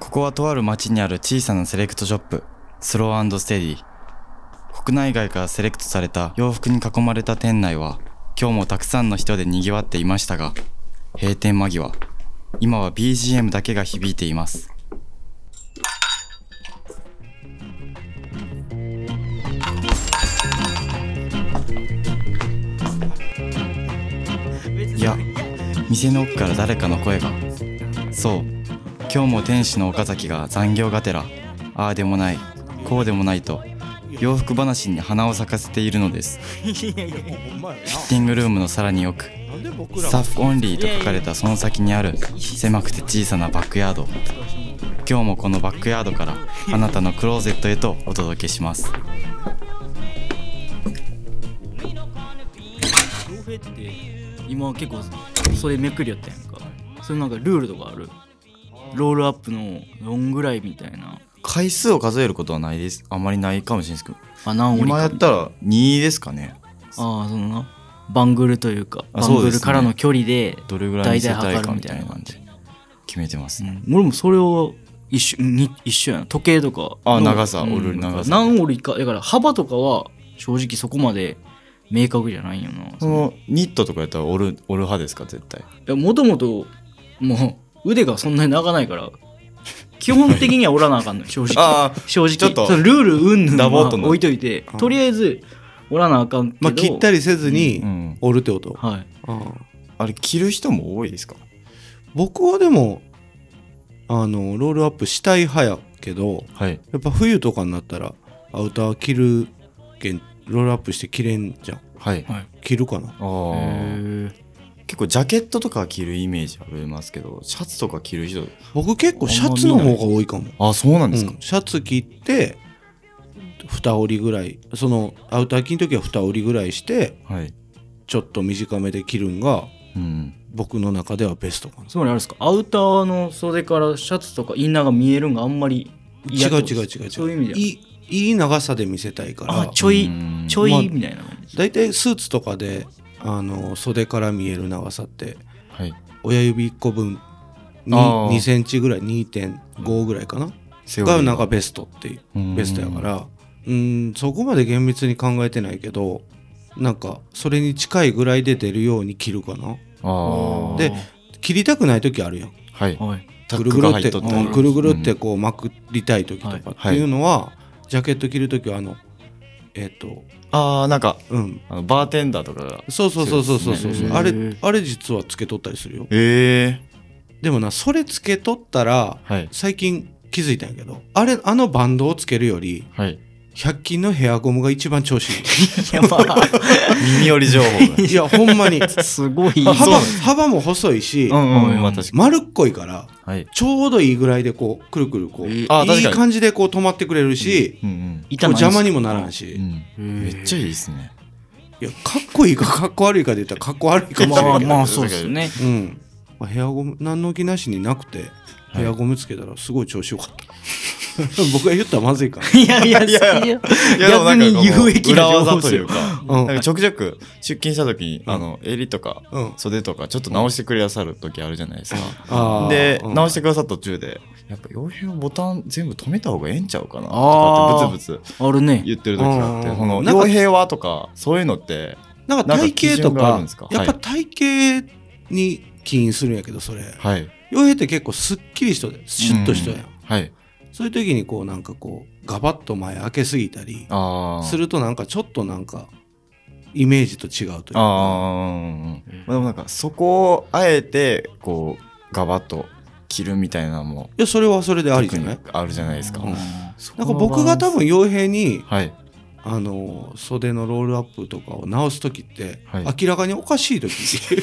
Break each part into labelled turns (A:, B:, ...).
A: こはとある町にある小さなセレクトショップ、スローステディ。国内外からセレクトされた洋服に囲まれた店内は、今日もたくさんの人で賑わっていましたが、閉店間際、今は BGM だけが響いています。いや、店の奥から誰かの声が。そう、今日も天使の岡崎が残業がてら、ああでもない、こうでもないと、洋服話に花を咲かせているのです。フィッティングルームのさらに奥、 スタッフオンリーと書かれたその先にある狭くて小さなバックヤード。今日もこのバックヤードからあなたのクローゼットへとお届けします。
B: ロフェって今結構それめくりやったやんかそれなんかルールとかあるロールアップのどんぐらいみたいな
A: 回数を数えることはないです。あまりないかもしれないですけど。
B: あ何折り
A: 今やったら2ですかね。
B: ああそのなバングルというか
A: あ
B: バン
A: そう
B: グ
A: で
B: ル
A: すね
B: からの距離で
A: どれぐらい見せたいかみたいな感じ。決めてます
B: う
A: ね。
B: ん俺もそれを一緒に一緒やな時計とか
A: あ
B: の
A: 長さ
B: うん
A: 折る長さ
B: 何折りかだから幅とかは正直そこまで明確じゃないよな
A: そのニットとかやったら折る折る派ですか絶対。
B: いやもともともう腕がそんなに長ないから 基本的には折らなあかんのよ正直
A: ああ、
B: 正直
A: ちょっと
B: そのルールうんぬん
A: ダボ
B: は
A: っとな
B: 置いといて
C: うん
B: とりあえず折らなあかんけど、
C: まあ、切ったりせず
A: う
C: に
A: ん。
C: 折るってこと、
B: はい
C: うん
A: あれ着る人も多いですか
C: 僕はでもあのロールアップしたい派やけど
A: はい。
C: やっぱ冬とかになったらアウター着るけんロールアップして着れんじゃん
A: はい。
B: はい
C: 着るかな
A: あ
B: へ
A: あ。
B: ー
A: 結構ジャケットとか着るイメージありますけど、シャツとか着る人。
C: 僕結構シャツの方が多いかも
A: あ、そうなん
C: うん、シャツ切って二折りぐらいそのアウター着ん時は二折りぐらいして
A: はい。
C: ちょっと短めで着るんが
A: うん。
C: 僕の中ではベストかな
B: つまりあれですかアウターの袖からシャツとかインナーが見えるんがあんまり
C: 違
B: 嫌
C: う違う違う違う
B: そういう意味ではい
C: いいい長さで見せたいか
B: あ
C: ら
B: ちょい
A: うん
B: ちょ
C: まあ
B: いみたいな感じ
C: 大体スーツとかであの袖から見える長さって
A: はい。
C: 親指1個分に
A: あー
C: 2センチぐらい2.5ぐらいかな
A: 背
C: が
A: 負い
C: なんかベストっていう
A: うん
C: ベストやからうんそこまで厳密に考えてないけどなんかそれに近いぐらいで出るように切るかな
A: ああ。
C: で切りたくない時あるやん
A: はい。
B: はい
A: タ
C: ぐ
A: ッ
C: る
A: ク
C: ぐる
A: が
C: っ
A: 入
C: て
A: っとった
C: う
A: り
C: んぐるぐるってこうまくりたい時とかっていうのは、ジャケット着る時はあのえっ、と
A: ああ、なんか、
C: うん
A: あのバーテンダーとかが。
C: そうそうそうそうそう
A: そ
C: そうう
A: で
C: そ
A: す
C: う、
A: ね
C: あ
B: へ
C: れ
B: ー
C: あれ実はつけとったりするよ
A: ええ。
C: でもなそれつけとったら
A: はい。
C: 最近気づいたんやけどあれあのバンドをつけるより
A: はい。
C: 100均のヘアゴムが一番調子い
B: いやまあ
A: 耳寄り情報が。
C: いいやほんまに
B: すご い
C: 幅
B: そう
C: 幅も細いし、
A: うんうん、まあ
B: うん
A: 確か
C: 丸っこいから
A: に。はい。
C: ちょうどいいぐらいでこうくるくるこう、
B: えー
A: あ確か
C: い
A: に
C: い感じでこう止まってくれるし、
A: うんうん。
B: 板
C: こう
B: ないんすか
C: 邪魔にもならんし、
A: う
C: い
A: ん。め
B: め
A: っちゃいいですね。
C: やかっこいいかかっこ悪いかで言ったらかっこ悪いかもしれ
B: ま
C: な
B: あ
C: いけど、
B: まあそうですね
C: うんまあ、ヘアゴム何の気なしになくて
A: い
C: ヘアゴムつけたらすごい調子よかった、僕が言ったら まず いから
B: いやいやいやいや逆に有益な
A: 裏
B: 情
A: 技
B: 報で
A: と
B: す
A: い
B: よ
A: うか。
C: うん
A: なんかちょくちょく出勤した時に、
C: うん
A: あの襟とか
C: うん
A: 袖とかちょっと直してくださる時あるじゃないですか。
C: あー
A: で、
C: うん
A: 直してくださった途中でやっぱ傭兵のボタン全部止めた方がええんちゃうかなと
B: あー
A: かってブツブツ
B: あるね
A: 言ってる時があって
C: うん
A: その
C: なんか
A: 傭兵はとかそういうのって
C: なんか体型
A: なんか基
C: と
A: 準があ
C: か
A: るんですか
C: やっぱ体型に起因するんやけどそれ
A: はい
C: 洋平って結構すっきりしとるシュッとしとるやん、
A: はい
C: そういう時にこうなんかこうガバッと前開けすぎたり
A: あー
C: するとなんかちょっとなんかイメージと違うとい
A: あ
C: うか
A: ーまあでもなんかそこをあえてこうガバッと切るみたいなのも
C: いやそれはそれでありじゃない
A: テクニックあるじゃないですか、
C: うん
B: な
C: なんか僕が多分洋平に
A: はい
C: あの袖のロールアップとかを直す時って、
A: はい
C: 明らかにおかしい時こ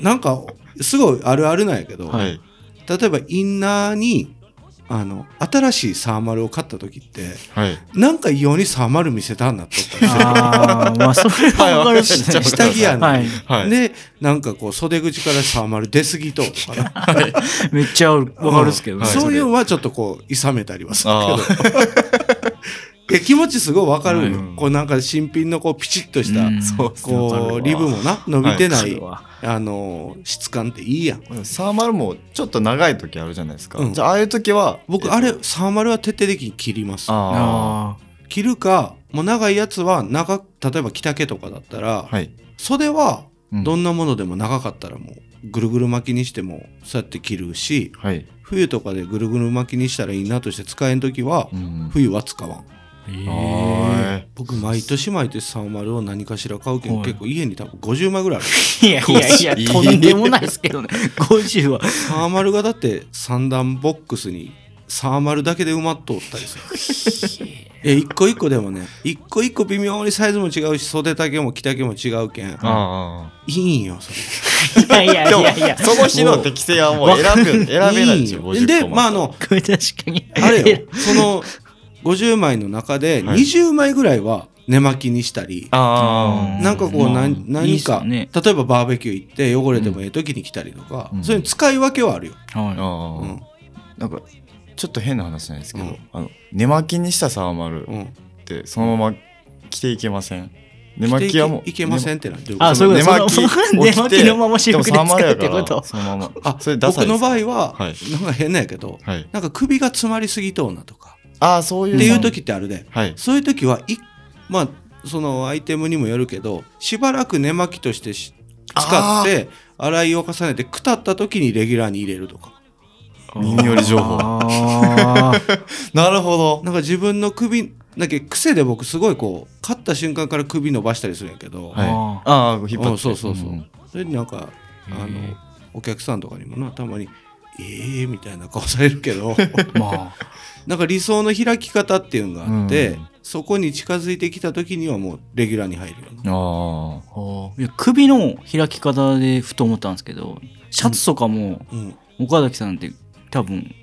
C: うなんかすごいあるあるなんやけど、
A: はい
C: 例えばインナーにあの新しいサーマルを買った時って
A: はい
C: なんか異様にサーマル見せたんなっとったんですよ
B: ああまあそれはわかるっすね
A: はい
C: 下着やねん、
B: はい
A: はい
C: でなんかこう袖口からサーマル出過ぎととかね
B: めっ ちゃわかるっすけど
C: うん
B: ね
A: はい
C: そういうのはちょっとこういさめたりはする
A: あー
C: や気持ちすごいわかるよ、
D: うん
C: こうなんか新品のこうピチッとした、
B: うん
D: そうっすね
B: わかる
C: こ
B: わ
C: うリブもな伸びてな
A: はい
C: い、
A: わか
C: あのー質感っていいやん
A: サーマルもちょっと長い時あるじゃないですか、
C: うん
A: じゃあああいう時は
C: 僕あれサーマルは徹底的に切ります
A: あ
B: あ
C: 切るかもう長いやつは長く例えば着丈とかだったら、
A: あはい
C: 袖は
A: うん
C: どんなものでも長かったらもうぐるぐる巻きにしてもそうやって着るし
A: はい、
C: 冬とかでぐるぐる巻きにしたらいいなとして使えん時は
A: うん
C: 冬は使わん
B: ーへー
A: は
C: 僕毎年毎年サーマルを何かしら買うけ
B: は
C: ど
B: い
C: 結構家に多分50枚ぐらいある
B: いやいやいやとんでもないですけどね50は
C: サーマルがだって三段ボックスにサーマルだけで埋まっとったりす るえ一個一個でもね一個一個微妙にサイズも違うし袖丈も着丈も違うけん
A: あ
C: いいんよそれ
B: いやいやいやいや
A: その日の適性はもう選ぶ選べないんですよ
C: いい
A: 50
C: んよで
A: 個も
C: まああの
B: これ確かに
C: あれよその50枚の中で
A: はい
C: 20枚ぐらいは寝巻きにしたり、
A: あ
C: なんかこう
B: まあ
C: 何,、
B: いい
C: 何
B: っすよ
C: か
B: ね
C: 例えばバーベキュー行って汚れてもええ時に着たりとか、
A: うん
C: そういう使い分けはあるよ、
A: あ
B: は
A: ああ
C: うん
A: なんかちょっと変な話なんですけど、
C: うん
A: あの寝巻きにしたサーマル
C: うん、
A: ってそのまま着ていけません、寝巻きはもう
C: 着ていけいけませ
A: ん
C: んってなって
B: あそういうこと
A: 寝巻
B: その
A: きを着て
B: 寝巻きのまま私服で使う
A: もサーマルや
B: ってこと
A: からそのまま
C: あ
A: それダサい
C: 僕
A: で
C: の
A: す
C: 場合は、
A: はい
C: なんか変なんやけど
A: はい
C: なんか首が詰まりすぎとうなとか
A: ああそういう
C: っていう
A: と
C: 時ってあるで、
A: はい
C: そういう時はいまあそのアイテムにもよるけどしばらく寝巻きとしてし使って洗いを重ねてくたった時にレギュラーに入れるとか
B: い
A: 耳寄り情報
B: あー
A: なるほど
C: なんか自分の首だけ癖で僕すごいこう勝った瞬間から首伸ばしたりするんやけど、
A: はい
B: あ
A: ああ引っ張っ
C: うん
A: て
C: そうそうそう、
A: ん
C: それでなんかあ
B: へ
C: の
B: え
C: お客さんとかにもなたまに「ええみたいな顔されるけど
B: ま
C: なんか理想の開き方っていうのがあって、
A: うん
C: そこに近づいてきた時にはもうレギュラーに入るよな
A: ああ
B: あいや首の開き方でふと思ったんですけどシャツとかも
C: うん
B: 岡崎さんって多分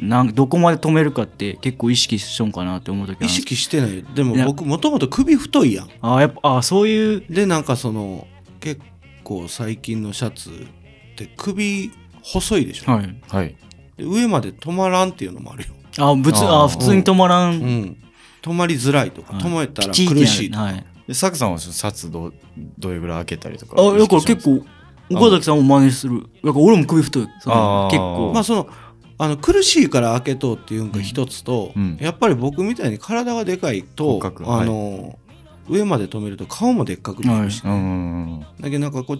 B: なんどこまで止めるかって結構意識しとんかなって思う時あるん
C: 意
B: ですけ
C: 識してないでも
B: いや
C: 僕もともと首太いやん
B: どあーやっぱあーそういう
C: でなんかその結構最近のシャツって首細いでしょ、
B: はい
A: はい
C: で上まで止まらんっていうのもあるよ
B: あーぶつあ
A: あ
B: ー
A: ー
B: 普通に止まらん、
C: うん、止まりづらいとか、
B: はい
C: 止まったら苦
B: ピチーってやる
C: しいとか、
B: はい
A: でサクさんはシャツどうどれぐらい開けたりとか
B: あだから結構
A: あ
B: 岡崎さんも真似するだから俺も首太いその
A: あー
B: 結構
C: まあそのあの苦しいから開けとうっていうのが一つと、
A: うん
C: やっぱり僕みたいに体がでかいと
A: 骨格
C: あの、上まで止めると顔もでっかく見えるし、
A: うんうんうん
C: だけどなんかこう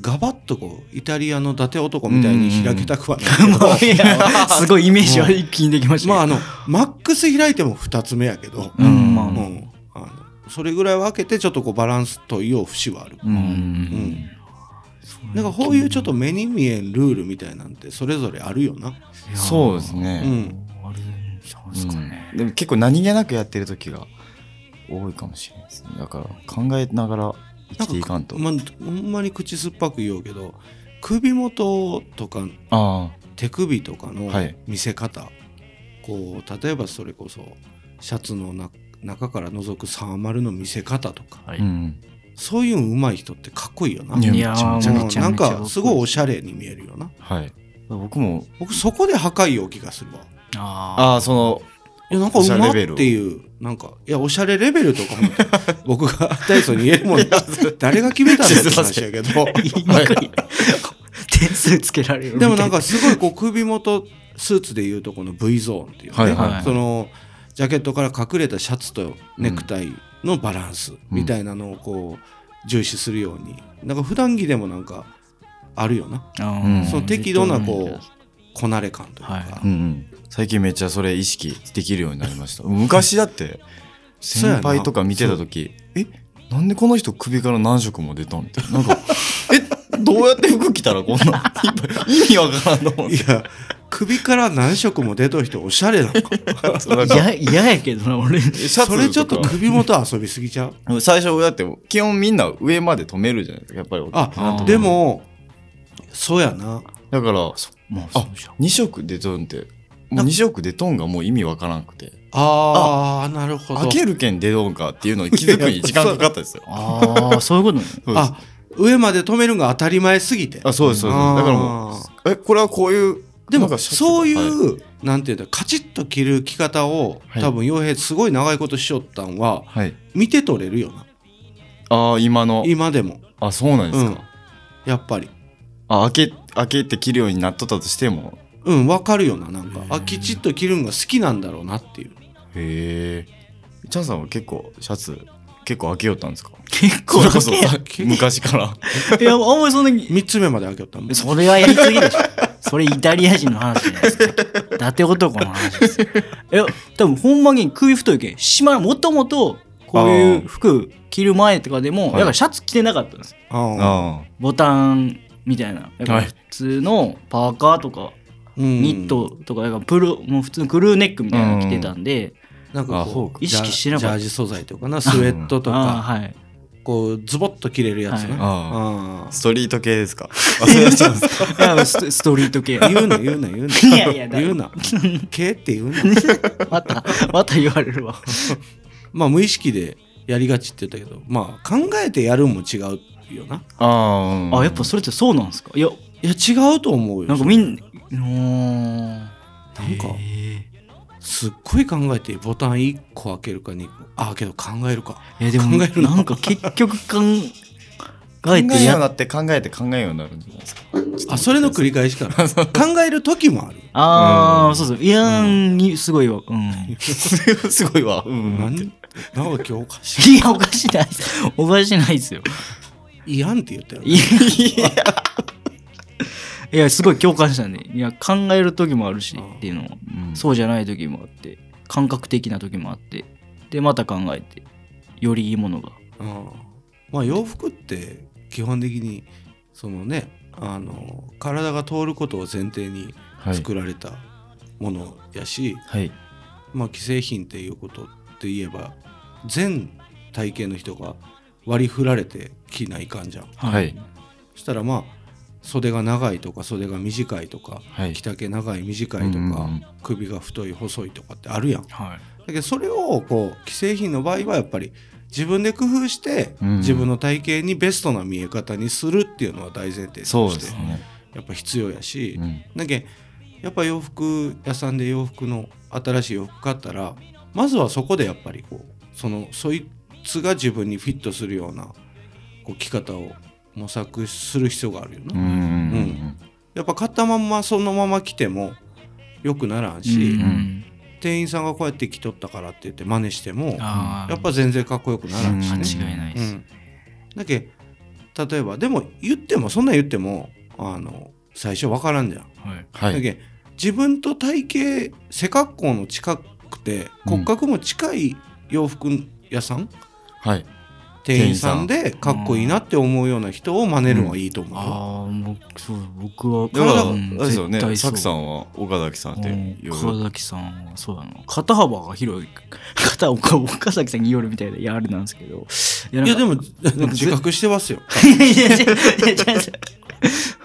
C: ガバッとこうイタリアの伊達男みたいに開けたくはないけど、
B: まあい やすごいイメージは一気にできました
C: まあ
B: け
C: あのマックス開いても2つ目やけど、
B: どうんまあ
A: う
C: うん
B: ま
C: あのそれぐらいは開けてちょっとこうバランスという節はある。
A: うん
C: うん
B: あ
C: なんかこういうちょっと目に見えんルールみたいなんてそれぞれあるよ
B: い
C: な。
B: や
A: そうです
C: う
A: ね、
C: ん。
B: あれじゃないですかね
A: うんでも結構何気なくやってる時が多いかもしれないですねだから考えながら生きていかんと
C: ま、ほんまに口酸っぱく言おうけど首元とか
A: あ
C: 手首とかの
A: はい
C: 見せ方、こう例えばそれこそシャツのな中から覗くサーマルの見せ方とか
A: あうん
C: そういうの上手い人ってかっこいいよな。
A: いや
B: いやー
A: めちゃ
C: うん
A: めちゃ
B: めちゃ
C: なん
B: めちゃ
C: かすごいおしゃれに見えるよな
A: はい僕も
C: 僕そこで破壊よう気がするわ
B: あ
A: ああその
C: いやなんか
A: お
C: う
A: しゃ
C: ま
A: れ
C: っ
A: レベルを
C: ていうなんかいやおしゃれレベルとかも僕が大層に言えるもん誰が決めたんだって話やけど
B: あ言いにくい点数つけられる
C: でもなんかすごいこう首元スーツでいうとこの V ゾーンっていうね、
A: はいはい
B: はい
C: そのジャケットから隠れたシャツとネクタイのバランスみたいなのをこう重視するようになんか普段着でもなんかあるよな
A: うん
C: その適度なこうこなれ感というか、
B: は
A: うんうん最近めっちゃそれ意識できるようになりました昔だって
C: そう
A: 先
C: やな
A: 輩とか見てた時えなんでこの人首から何色も出たんみたいななんか えどうやって服着たらこんな意味わからんの
C: いや首から何色も出とる人おしゃれなのか
A: なん
B: い
A: か
B: や嫌やけどな俺
A: シャツ
C: それちょっと首元遊びすぎちゃう
A: 最初だって基本みんな上まで止めるじゃないですかやっぱり
B: なん
C: あ
B: とか
C: でもそうやな
A: だから
B: もう
A: あ
B: そうじゃん
A: 2色出とんっても
C: な
A: う2色出とんがもう意味わからんくて
C: あーなるほど
A: 開けるけん出とんかっていうのに気づくに時間かかったですよ
B: ああそういうことね
A: そうです
C: あ上まで止めるのが当たり前すぎて
A: あそうですそうです
C: あー
A: だからもうえこれはこういうな
C: で
A: ん
C: も
A: かシャツ
C: そうい
A: は
C: う、なんていうんだカチッと着る着方を、
A: はい
C: 多分洋平すごい長いことしよったんは
A: はい
C: 見て取れるよな
A: ああ今の
C: 今でも、
A: あそうなんで
C: う
A: す
C: ん
A: か、、
C: やっぱり
A: あ開け開けて切るようになっとったとしても
C: うん分かるよななんかあきちっと着るんが好きなんだろうなっていう
A: へえチャンさんは結構シャツ結構開けよったんですか
B: 結
A: そ
B: 構
A: れこそ
B: い
A: 昔から
B: やあんまりそんなに
C: 3つ目まで開けよったもん
B: それはやりすぎでしょ それイタリア人の話じゃないですか伊達男の話ですよいや多分ほんまに首太いけんしまらもともとこういう服着る前とかでも
A: はい
B: やっぱシャツ着てなかったんです
C: ああ
A: あ
B: ボタンみたいなやっぱ
A: はい
B: 普通のパーカーとか
C: うん
B: ニットとかやっぱプロもう普通のクルーネックみたいなの着てたんで
C: なんか
A: あそう
C: こ
A: か
C: うジ
B: 意
C: ャ
B: 識してなかった
C: ジャージ素材とかなスウェットと
B: あ
C: か
B: ーはい
C: こうズボッと着れるやつね、
A: あ
B: は
A: ああ
C: あ
A: ストリート系ですかあそういう人ですか
B: いやススト リート系
C: あ言うな言うな言うな
B: いやいやだ
C: 言うな「け」って 言うな
B: また また言われるわ
C: まあ無意識でやりがちって言ったけどまあ考えてやるんも違うよな
A: ああ、うん
B: あやっぱそれってそうなんですかいや
C: いや違うと思うよ
B: なんかみんな
C: なんかすっごい考えてボタン1個開けるか2個あけど考えるか
B: いやでも
C: 考えるな
B: なんか結局考
A: 考
B: え
A: え
B: て
A: るように
B: や
A: なって考えて考えるようになるんじゃないですか
C: あそれの繰り返しか な考える時もある
B: ああそうそういやーにすごいわうん
A: すごいわうん
C: なんなんか今日おか し
B: いやおかしないっすおかしないですよ
C: いいやんって言ったよね
B: いやいやいやすごい共感したんでいや考える時もあるしっていうのは
A: うん
B: そうじゃない時もあって感覚的な時もあってでまた考えてよりいいものが
C: うんまあ洋服って基本的にそのねあの体が通ることを前提に
A: はい
C: 作られたものやし、
A: はい
C: まあ、既製品っていうことって言えば全体型の人が割り振られて着ないかんじゃん
A: はい
C: そしたらまあ袖が長いとか袖が短いとか、
A: はい
C: 着丈長い短いと
A: うんうんう
C: か
A: ん
C: 首が太い細いとかってあるやんだ
B: はい
C: けどそれをこう既製品の場合はやっぱり自分で工夫して
A: うん
C: 自分の体型にベストな見え方にするっていうのは大前提と
A: そう
C: し
A: で
C: て
A: すね、
C: やっぱ必要やし、
A: うん、
C: だけやっぱ洋服屋さんで洋服の新しい洋服買ったらまずはそこでやっぱりこうそのそいつが自分にフィットするようなこう着方を模索する必要があるよな、
A: うんうんうん
C: やっぱ買ったまんまそのまま着てもよくならんし、
B: うん
C: 店員さんがこうやって着とったからって言って真似してもや
B: あー
C: っぱ全然かっこよくならんしね、
B: 間違いないです、
C: だけ例えばでも言ってもそんなん言ってもあの最初わからんじゃん
B: はい
A: は
C: だ
A: い
C: けん自分と体型背格好の近くて
A: うん
C: 骨格も近い洋服屋さん、
A: はい
C: 店員さんでかっこいいなって思うような人を真似るのはいいと思うよ、
B: ああ僕そう僕は
A: だから、
B: うん
A: あれですよね
B: 絶対そ
A: サ
B: う
A: クさんは岡崎さんって
B: うん
A: 呼ぶ
B: 岡崎さんはそうだな肩幅が広い 肩を岡岡崎さんによるみたいないやあれなんですけどいや
C: いやで
B: も
C: も自覚してますよ
B: い やいやいやいや違う違う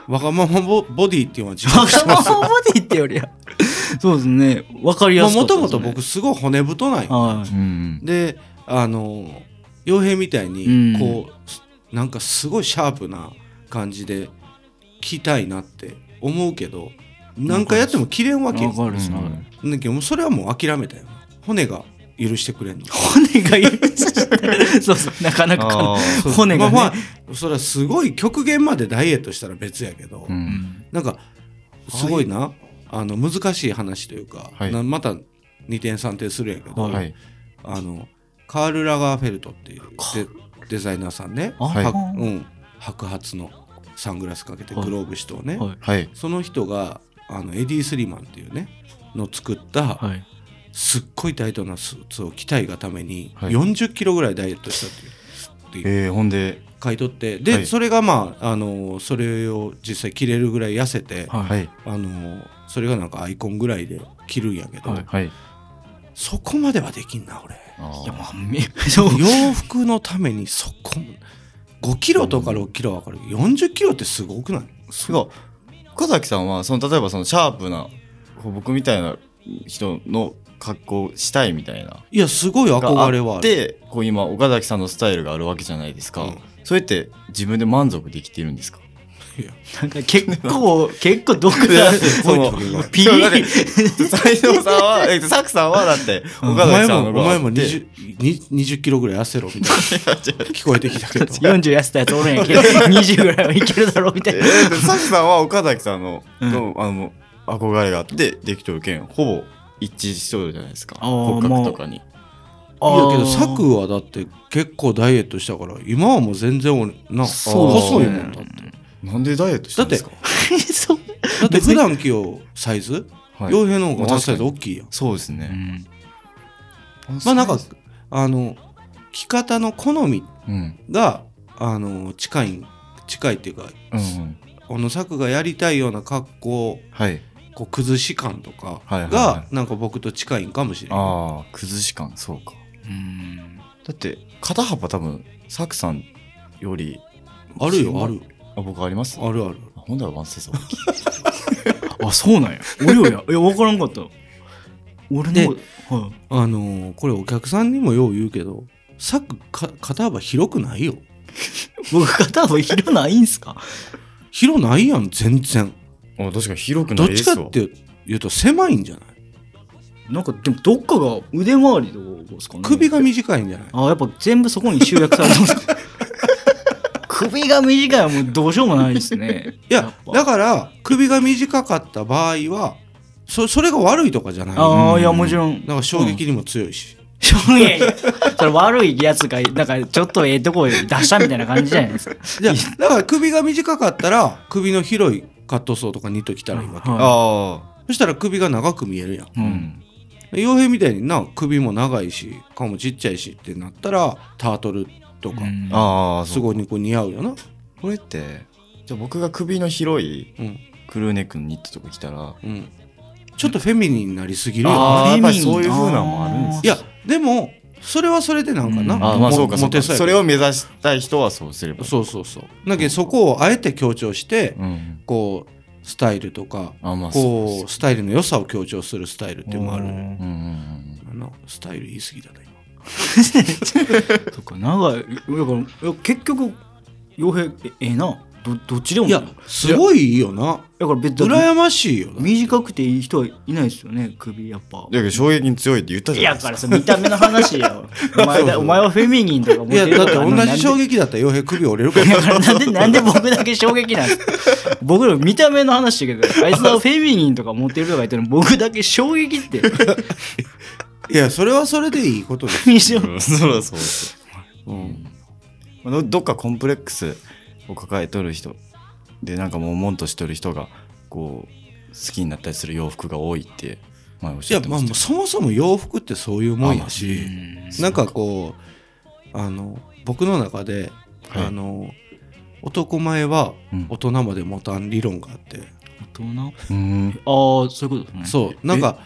C: わがままボボディっていうのは自
B: わ
C: 覚して
B: が
C: ま
B: ます
C: よ
B: まボディってよりはそうですねわかりや
C: ますあ
B: かっ
C: も
B: た
C: と
B: ですね
C: もと僕すごい骨太ない
B: は
A: うんうん
C: であの傭兵みたい
B: うん
C: にこう、なんかすごいシャープな感じで着たいなって思うけど何回やっても着れんわ
B: い
C: けよ
B: わかるっすね、
A: うん
C: だけどもうそれはもう諦めたよ骨が許してくれんの
B: 骨がいるそうそうなかなかか
A: あー
B: 骨がね、
C: まあまあそれはすごい極限までダイエットしたら別やけど、
A: う
B: うんん
C: なんかすごいな、あの難しい話というか、
A: はい
C: なまた二点三点するんやけど、
B: はい
A: はい
C: あのカール・ラガーフェルトっていうデデザイナーさんね、
B: あ
A: はい
B: は
C: うん、白髪のサングラスかけて
B: はい
C: グローブ人をね、
B: はい
A: はい
C: その人があのエディ・スリーマンっていうねの作った、
B: はい
C: すっごいタイトなスーツを着たいがために、
A: はい
C: 40キロぐらいダイエットしたっていう。
A: えー、ほんで
C: 買い取ってで、
A: はい
C: それがまああのそれを実際着れるぐらい痩せて、
B: はい
A: はい
C: あのそれがなんかアイコンぐらいで着るんやけど、
B: はい
A: はい
C: そこまではできんな 俺
B: いや
A: あ
B: まあめそう
C: 洋服のためにそこ5キロとか6キロは分かるけど40キロってすごくない
A: すごい岡崎さんはその例えばそのシャープなこう僕みたいな人の格好したいみたいない
C: やすごい憧れはある
A: でこう今岡崎さんのスタイルがあるわけじゃないですか、
C: うん
A: それって自分で満足できてるんですか
C: いや
B: なんか結構、結構毒だ。
C: そう
B: もう ピリ
A: だって斉藤さんは、え、サクさんはだって、
C: お
A: 岡
C: 前
A: 崎さん
C: も
A: の
C: お
A: が
C: 前も
A: あって
C: 20, に20キロぐらい痩せろ みたいな聞こえてきたけど
B: 40痩せたやつおるんやけど、20ぐらいはいけるだろうみたい
A: え
B: な。
A: ー、でサクさんは岡崎さんの、
B: うん
A: のあの、憧れがあって、できとるけん、ほぼ一致しとるじゃないですか。
B: あー
A: 骨格とかに。
C: いやけ
B: あ
C: ど
B: ー
C: サクはだって結構ダイエットしたから今はもう全然俺な
B: そう
C: 細いもんだって
A: なんでダイエットしたんですか
B: そう。
C: だって普段着をサイズ
A: は
C: 洋平の方がワンサイズ
A: まあ確かに
C: 大きいやん
A: そうです
B: う
A: ね。
B: ん
C: まあなんかあの着方の好み
A: うん、
C: があの近い近いっていうか
A: うんうん。
C: あのサクがやりたいような格好
A: はい。
C: こう崩し感とか
A: はいはいは
C: がなんか僕と近いんかもしれない
A: ああ、崩し感、そうか。
B: うん
A: だって、肩幅多分、サクさんより、
C: あるよある
A: あ、僕ありますあ
C: あるある
A: ほんだらワンセイズ大きい。
B: あ、そうなんや。俺よや。いや、わからんかった。俺
C: で
B: の、は
C: あのーこれお客さんにもよう言うけどサクか肩幅広くないよ
B: い、僕、肩幅広ないんすか
C: 広ないやん全然
A: あ確かに広く
C: ど
A: な
C: っ
A: いで
C: ち
A: す
C: か
A: わ。
C: って言うと狭いんじゃない
B: なんか、でも、どっかが腕回りどうですかね。
C: 首が短いんじゃない
B: あやっぱ全部そこに集約されてます か首が短いはもうどうしようもないですね。
C: いやだから首が短かった場合はそそれが悪いとかじゃないよ
B: あ
A: う
B: あ、
A: ん
B: いや、もちろん。
C: なんか衝撃にも強いし、
B: うん。いやいやそれ悪いやつが、なんかちょっとええとこ出したみたいな感じじゃないですか。
C: じゃあだから首が短かったら首の広いカットソーとかニット着たらいいわけ、
B: うんはい
A: あ
C: そしたら首が長く見えるやん
A: あ、う
B: うん
A: ん。
C: 傭兵みたいにな首も長いし顔もちっちゃいしってなったらタートルとか、
B: あ
A: ああ、
C: す
A: そう。
C: ごいにこう似合うよな
A: これって、じゃあ僕が首の広い
C: うん
A: クルーネックのニットとか着たら、
C: うん、ちょっとフェミニンになりすぎるよ
A: あー
B: フェミ
A: や
B: ニン
A: っぱりそういう風なのもあるんです
C: いやでもそれはそれでなんかな、
B: うん
A: ああ、
C: も
A: まあそうか、そ
C: モ
A: うか。
C: テそうや
A: そ
C: け
A: れ
C: ど
A: を目指したい人はそうすれば。
C: そうそうそうだけどそこをあえて強調して、
A: うん。
C: こうスタイルとか
A: あまあそう
C: こうスタイルの良さを強調するスタイルっていうのもあるね
A: うんうんうん。
C: あのスタイル言い過ぎだね今
B: そっか、長い。だから、いや結局、傭兵、えええな。どどっちでも
C: い
B: な
C: や
B: だか
C: すごいいいよな
B: ら別に、
C: 羨ましいよな
B: 短くていい人はいないですよね、首やっぱ。
A: だけど衝撃に強いって言った
B: い
A: じゃないで
B: や、
A: す
B: か
A: か。
B: らそれ見た目の話 よ。お前だお前はフェミニンとか持っ
C: いや
B: てる
C: だって
B: から
C: 同じ衝
B: 撃。
C: 撃だったら傭兵首折れるか
B: だ
C: ら
B: からなんで、なんで僕だけ衝撃なんですか僕の見た目の話だけど、あいつはフェミニンとか持ってるとか言ってるの僕だけ衝撃って。
C: いやそれはそれでいいこ とです、
B: 非常に
A: うんそりゃそうです。
C: うん
A: まあどどっかコンプレックスを抱えとる人でなんかもうもんとしとる人がこう好きになったりする洋服が多いって前おっ
C: い
A: しゃ
C: や
A: って
C: ま
A: ま
C: あ
A: した
C: もう
A: よ
C: そもそも洋服ってそういうもんやし、
B: うん
C: なんかこうあの僕の中で、
A: はい
C: あの男前は
A: うん
C: 大人まで持たん理論があって、
B: 大人
A: うん
B: ああ、そういうことですね。
C: そうなんか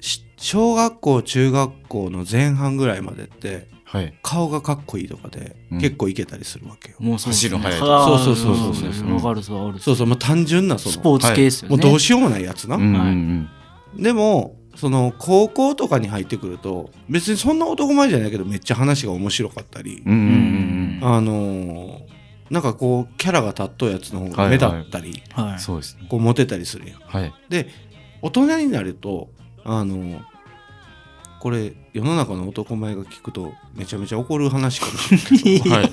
C: し小学校中学校の前半ぐらいまでって
A: はい
C: 顔がかっこいいとかで、
A: うん
C: 結構いけたりするわけよ。
B: もうそうです
A: 走る
B: ね
A: の速い
B: あー
C: そうそうそうそうそう
B: わかるそう、わかる
C: そうそう、まあ、単純なその
B: スポーツ系ですよ
C: も
B: ね。
C: うどうしようもないやつな。
A: うんうん
B: はい
A: うん
C: でもその高校とかに入ってくると別にそんな男前じゃないけどめっちゃ話が面白かったり、
A: うんうん
C: あのーなんかこうキャラが立っとうやつの方が目立ったり、
A: う
B: は
A: ん
B: い。
A: そうですね
C: こうモテたりするやん。
A: はい
C: で大人になるとあのこれ世の中の男前が聞くとめちゃめちゃ怒る話かもしれない けど
A: はい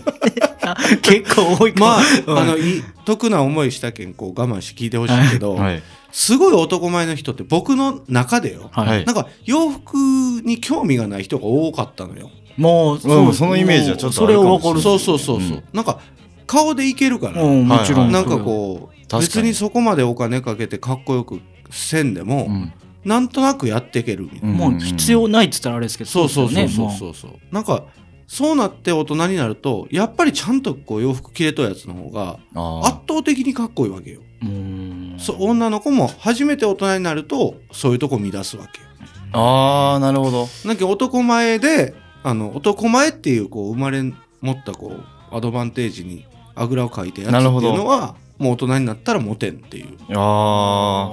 B: あ結構多いかも
C: まあ
B: うん
C: あ のい得な思いしたけんこう我慢して聞いてほしいけど、
A: はい
C: すごい男前の人って僕の中でよ、
B: はい
A: はい
C: なんか洋服に興味がない人が多かったのよ。
B: もう、
A: うんそのイメージはちょっと
B: そ
A: ある
B: れ
A: か
B: を
A: も
B: わ
A: しれ
B: か
A: な
B: る。
A: い
C: そうそうそうそう、
A: うん
C: なんか顔でいけるから、
B: うん、もちろん。
C: なんかこう
A: 確か
C: 別
A: に
C: にそこまでお金かけてかっこよくせんでも、
A: うん
C: なんとなくやっていけるみたいな。
A: う
B: もう必要ないっつったらあれですけど、
C: そうそうそうそう
B: う。
C: そうそう、なんかそうなって大人になるとやっぱりちゃんとこう洋服着れとるやつの方が圧
A: あ
C: 倒的にかっこいいわけよ、
B: うーん
C: そう女の子も初めて大人になるとそういうとこ見出すわけよ
A: ーあーなるほど
C: なんか男前であの男前っていうこう生まれ持ったこうアドバンテージにあぐらをかいたやつってい
A: な
C: う
A: るほど
C: のはもう大人になったらモテんっていう
A: あ
B: あ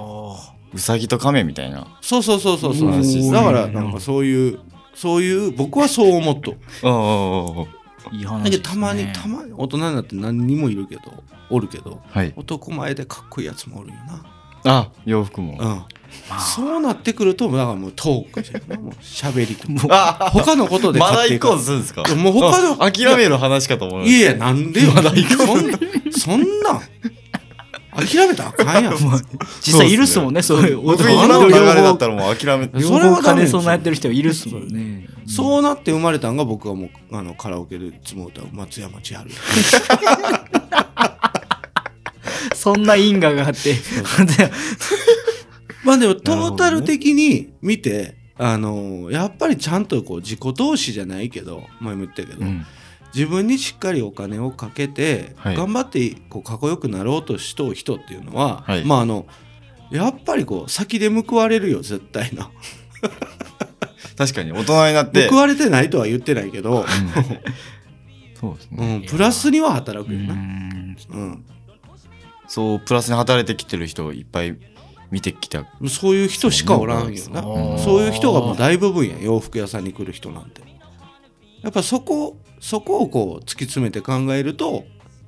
A: ーうさぎと亀みたいな
C: そうそうそうそうそう
A: うん
C: だからなんかそういうそういう僕はそう思っと
A: ああ
B: いい話
C: だ
B: です、ね、
C: けどたまにたまに大人になって何人もいるけどおるけど
A: はい
C: 男前でかっこいいやつもおるよな、
A: あ洋服も
C: うん
B: まあ
C: そうなってくるとだからもうトークじゃ んもう喋りと他のことで
A: まだ
C: 勝っ
A: 行
C: ていく
A: こうとするんですか
C: いやもう他の
A: あ諦める話かと思う
C: いやいやなんでよまだ行こうそんなん諦めたらあかんやん
B: 実際いるっすもんねそういう
A: 僕
B: 男
A: 今
B: の
A: の流
B: 両
A: れ
B: 方
A: だったらもう諦めて
C: いや
B: 両
C: それ
B: 方
C: はダ
B: 金
C: メですよ
B: そんなやってる人いるっすもんね
C: そうなって生まれたんが僕はもうあのカラオケでいつも歌う松山千春
B: そんな因果があって
C: まあでもトータル的に見て、あのやっぱりちゃんとこう自己投資じゃないけど前も言ったけど、
A: うん
C: 自分にしっかりお金をかけて、
A: はい
C: 頑張ってこうかっこよくなろうとしとう人っていうのは、
A: はい
C: まああのやっぱりこう先で報われるよ絶対な
A: 確かに大人になって
C: 報われてないとは言ってないけど、
A: そうです
C: う
A: ね
C: ん、プラスには働く
B: う
C: よな、
B: ん
C: うん
A: そうプラスに働いてきてる人をいっぱい見てきた
C: そういう人しかおらんよな
B: そうね
C: そういう人がもう大部分や洋服屋さんに来る人なんてやっぱそこそこをこう突き詰めて考えると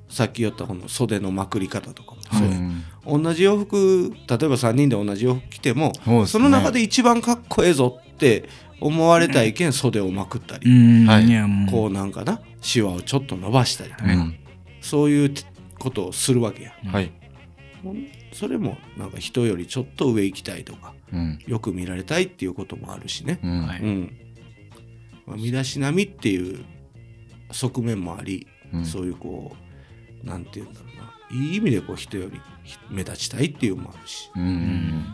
C: さっき言ったこの袖のまくり方とかもそうや
A: ん
C: 同じ洋服例えば3人で同じ洋服着ても
A: そうですね
C: その中で一番かっこええぞって思われたいけん袖をまくったり、
B: うん
A: はい
B: いやもう
C: こうなんかなシワをちょっと伸ばしたりとか、
B: う
C: そういうことをするわけや
A: はい
C: それもなんか人よりちょっと上行きたいとか
A: うん
C: よく見られたいっていうこともあるしね
A: うん
B: はい
C: うんまあ、身だしなみっていう側面もあり、
A: うん
C: そういうこうなんて言うんだろうないい意味でこう人よりひ目立ちたいっていうのもあるし
A: うんうん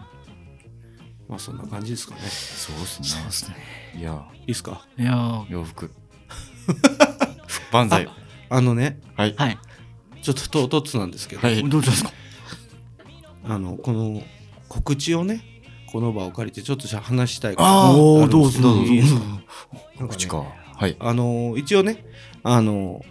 C: まあそんな感じですかね
A: そうですねそうですねいや
C: いいですか
B: いやー
A: 洋服万歳
C: あのね
A: はい
B: はい
C: ちょっと唐突なんですけど、
A: はい
B: どうですか
C: あのこの告知をねこの場を借りてちょっとしゃ話したい
B: あー
C: あるんですけ
B: どうぞどうぞ
C: いいですかなんかね
A: 口かはい
C: あの一応ねあの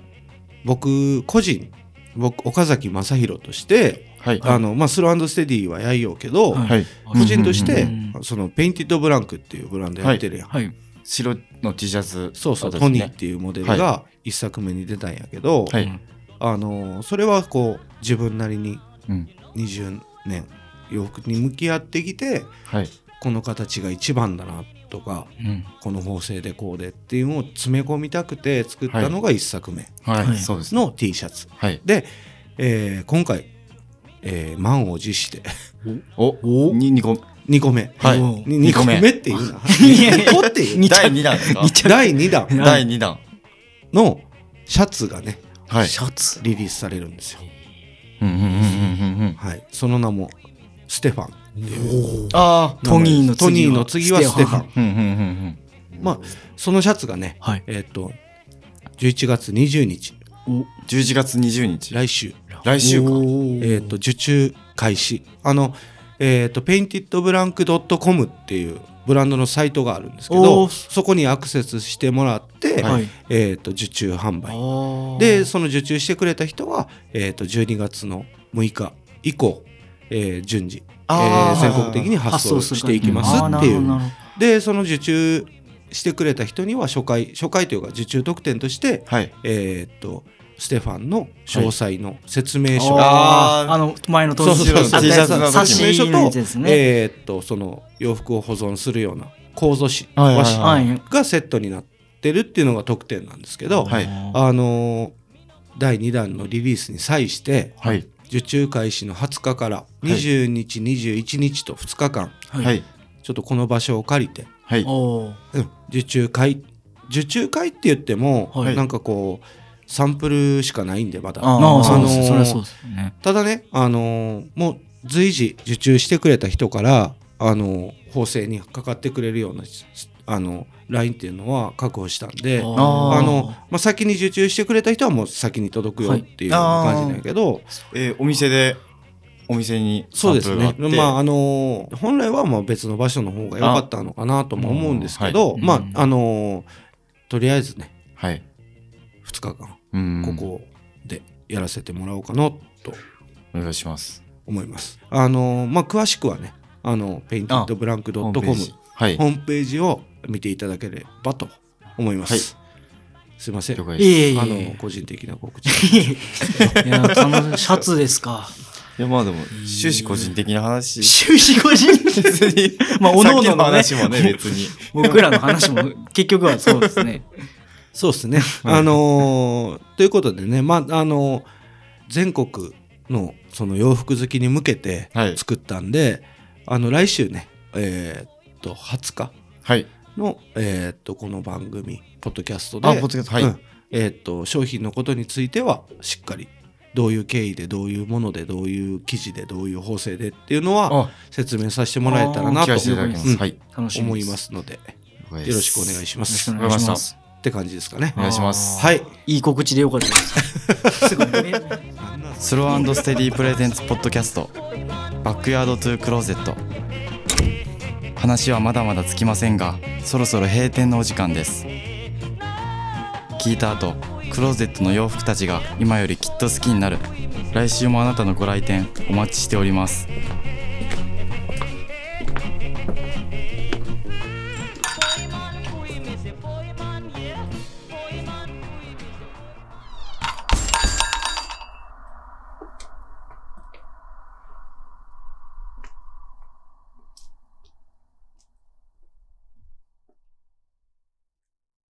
C: 僕個人僕岡崎正宏として
A: はい
C: あのまあ、スローステディはやいようけど、
B: はい
A: はい
C: 個人として、
B: うんうんう
C: そのペインティッドブランクっていうブランドやってるやん、
B: はい
A: 白の T シャツ
C: そうそう、
A: あとで
C: ト
A: す
C: ニ
A: ね
C: ーっていうモデルが一作目に出たんやけど、
A: は
B: う
A: い
B: ん
C: あのそれはこう自分なりに
A: うん
C: 20年洋服に向き合ってきて
A: はい
C: この形が一番だなとか
A: うん
C: この縫製でこうでっていうのを詰め込みたくて作ったのが一作目
A: は
B: はい
A: いそうですね
C: の T シャツ、
A: はい
C: で、えー今回、えー満を持して
A: お
B: お
A: に二個
C: 2個目
A: はい
B: お
C: 2個目っていうな
B: いやいや
C: 2個っていう
B: 二着
A: 第二弾ですか
B: 二着
C: 第2弾
B: はい
A: 第二弾
C: のシャツがね
A: はい
B: シャツ
C: リリースされるんですよ、
A: うんうんうんうんうん
C: はい、その名もステファンっていう
A: ああ
B: トニーの
C: トニ
B: 次
C: ー
B: は
C: の次はステファン
A: うんうんうん
C: まあそのシャツがね
B: はい
C: えっ、と11月20日
A: うん11月20日
C: 来週
A: 来週か
C: えっ、と受注開始あのえっ、と paintedblank.com っていうブランドのサイトがあるんですけ
B: お
C: ど
B: ー
C: そこにアクセスしてもらって、
B: はい
C: えっ、と受注販売
B: あ
C: でその受注してくれた人は、えー、と12月の6日以降、えー順次、え
A: あ
C: ー
A: ー
C: 全国的に発送していきますってい
B: あーなるほどな
C: う
B: るほ
C: でその受注してくれた人には初回初回というか受注特典として、
A: はい
C: えー、とステファンの詳細の説明書、
B: どあ
A: あ
B: ー
A: ー
B: あの前の
C: そうそうそう
B: あったやつ
A: T シャツの時
B: 冊
C: 説
B: 子の
C: 明
B: や
C: 書
B: つ
C: と,、
B: ですね
C: えー、とその洋服を保存するような構造紙
A: はいはいはい
C: 和
B: はい
C: 紙がセットになってるっていうのが特典なんですけど、
A: はい
C: あのー第2弾のリリースに際して
A: はい
C: 受注開始の20日から
A: い
C: 20日、21日と2日間
B: はい
A: はい
C: ちょっとこの場所を借りて、
A: はい
B: おー
C: うん受注会受注会って言っても、
B: はい
C: なんかこうサンプルしかないんでまだ
B: あ
C: あ
B: ーそうです
C: のー
B: それはそうですね
C: ただね、あのーもう随時受注してくれた人から、あのー縫製にかかってくれるような、あのラインっていうのは確保したんで
B: あー
C: あの、まあ、先に受注してくれた人はもう先に届くよっていうような感じなんやけど、
A: えーお店でお店に
C: そうです
A: サン
C: ね
A: プルが
C: ま
A: あっ
C: ああのー本来はまあ別の場所の方が良かったのかなとも思うんですけど
B: あうんは
C: ま
B: い
C: ああのーとりあえずね
A: てはい
C: 2日間
A: うん
C: ここでやらせてもらおうかなと
A: お願いします
C: 思います。あのーまあ、詳しくはねあのペインティッドブランク
A: ホームペー
C: .com
A: ジはい
C: ホームページを見ていただければと思います。すいません
A: 了解
B: いえいえいえ
C: あの個人的な告知
B: いや楽しシャツで すか
A: いやまあでも終始個人的な話
B: 終始個人
A: 別に
B: まあおの
A: さ
B: お
A: っ
B: の
A: きの
B: のね
A: 話もね別に
B: 僕らの話も結局はそうです ね
C: そうですねあのーということでねまああのー全国のその洋服好きに向けて
A: はい
C: 作ったんで、あの来週ねえーっと20日
A: はい
C: の、えーっとこの番組ポッドキャストで
A: あポッドキャストはい
C: うんえーっと商品のことについてはしっかりどういう経緯でどういうものでどういう記事でどういう縫製でっていうのは
A: あ
C: 説明させてもらえたらな
A: 聞
C: と
A: かせていただきます
C: うん
A: はい
B: 楽しみ
C: 思い
B: です
C: ますのでよ
A: 了解です
C: ろしくお願いしま
B: よろし
C: す
B: くお
C: っ
B: 願いします
C: て感じですかね
A: お願いします
C: はい
B: いい告知でよかったで すすごいね
D: スローステディプレゼンツポッドキャストバックヤードトゥークローゼット話はまだまだつきませんがそろそろ閉店のお時間です聞いた後クローゼットの洋服たちが今よりきっと好きになる来週もあなたのご来店お待ちしております